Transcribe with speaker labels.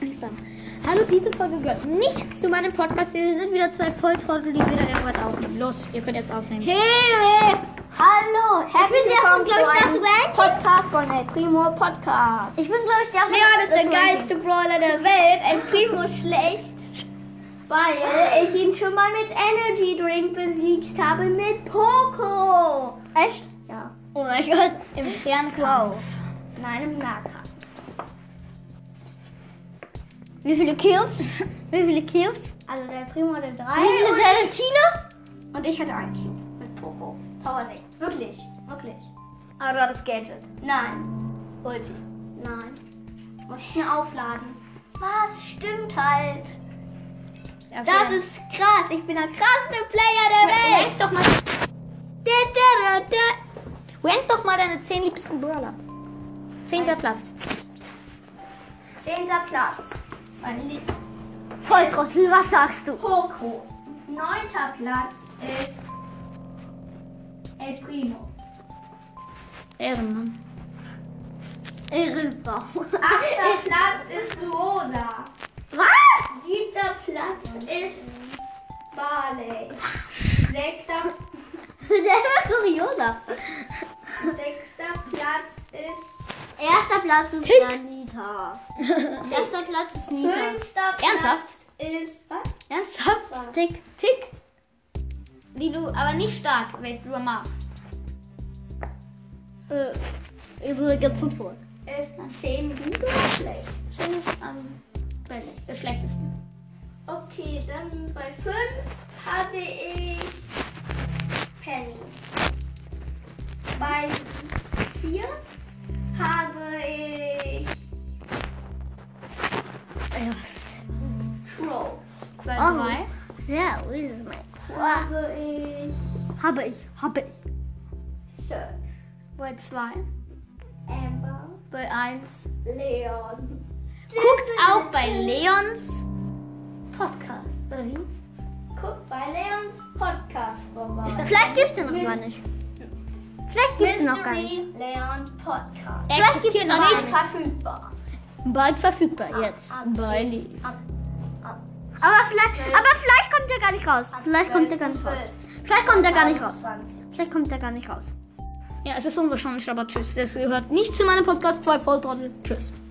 Speaker 1: langsam. Hallo, diese Folge gehört nicht zu meinem Podcast. Hier sind wieder zwei Volltrottel, die wieder irgendwas aufnehmen. Los, ihr könnt jetzt aufnehmen.
Speaker 2: Hey! Hallo! Herzlich
Speaker 1: bin der
Speaker 2: willkommen
Speaker 1: von, glaub ich,
Speaker 2: zu
Speaker 1: der
Speaker 2: einem
Speaker 1: Sven.
Speaker 2: Podcast von El Primo Podcast.
Speaker 1: Ich muss, glaube ich, der
Speaker 2: Leon ist der
Speaker 1: das war-
Speaker 2: geilste Brawler der Welt. El Primo ist schlecht, weil ich ihn schon mal mit Energy Drink besiegt habe mit Poco.
Speaker 1: Echt?
Speaker 2: Ja.
Speaker 1: Oh mein Gott, im Fernkampf.
Speaker 2: Nein, im Nahkampf.
Speaker 1: Wie viele Cubes? Wie viele Cubes?
Speaker 2: Also der Primo hatte drei.
Speaker 1: Wie viele
Speaker 2: und,
Speaker 1: Gelatine?
Speaker 2: und ich hatte einen Cube mit Poco. Power 6. Wirklich. Wirklich.
Speaker 1: Ah, du hattest Gadget.
Speaker 2: Nein.
Speaker 1: Ulti.
Speaker 2: Nein. Muss ich mir aufladen. Was? Stimmt halt. Das ist krass. Ich bin der krasseste Player der Welt.
Speaker 1: Rank doch mal,
Speaker 2: Da, da, da, da.
Speaker 1: rank doch mal deine 10 liebsten Brawler. Zehnter Platz.
Speaker 2: Zehnter Platz. Mein Lieb.
Speaker 1: Volltrottel, was sagst du?
Speaker 2: Coco. Neunter Platz ist El Primo.
Speaker 1: Ehrenmann. Ehrenbaum.
Speaker 2: Achter Platz ist Rosa.
Speaker 1: Ah, Was?
Speaker 2: Siebter Platz ist Barley. Sechster,
Speaker 1: Der ist kurioser.
Speaker 2: sechster Platz ist.
Speaker 1: Erster Platz ist
Speaker 2: Tick.
Speaker 1: Anita. Erster Platz ist
Speaker 2: Fünfter Platz
Speaker 1: Ernsthaft?
Speaker 2: ist. Was?
Speaker 1: Ernsthaft? Tick, tick. Die du aber nicht stark, wenn du magst. Äh, so ganz Football.
Speaker 2: Ist zehn gut oder schlecht?
Speaker 1: Am besten, am schlechtesten.
Speaker 2: Okay, dann bei 5 habe ich Penny. Bei 4 habe ich Crow.
Speaker 1: Bei
Speaker 3: Oh.
Speaker 1: drei.
Speaker 3: Ja, wo ist es mein?
Speaker 2: Habe ich
Speaker 3: Habe ich, habe ich.
Speaker 2: Sir,
Speaker 1: Bei zwei.
Speaker 2: Amber,
Speaker 1: Bei eins.
Speaker 2: Leon.
Speaker 1: Guckt auch bei Leons Podcast. Oder wie?
Speaker 2: Guck bei Leons Podcast vorbei.
Speaker 3: Vielleicht gibt es den noch
Speaker 2: Mist.
Speaker 3: gar nicht. Vielleicht gibt es noch gar nicht.
Speaker 2: Mystery Leon Podcast.
Speaker 1: Er existiert noch
Speaker 2: Nicht
Speaker 1: nicht.
Speaker 2: verfügbar.
Speaker 3: Bald verfügbar, jetzt.
Speaker 2: ab
Speaker 3: Bald.
Speaker 2: Ab, ab,
Speaker 3: Ah, Aber vielleicht, aber vielleicht kommt der gar nicht raus. Vielleicht kommt der gar nicht raus. Vielleicht kommt der gar nicht raus.
Speaker 2: 20.
Speaker 3: Vielleicht kommt der gar nicht raus.
Speaker 1: Ja, es ist unwahrscheinlich, aber tschüss. Das gehört nicht zu meinem Podcast. Zwei Volltrottel. Tschüss.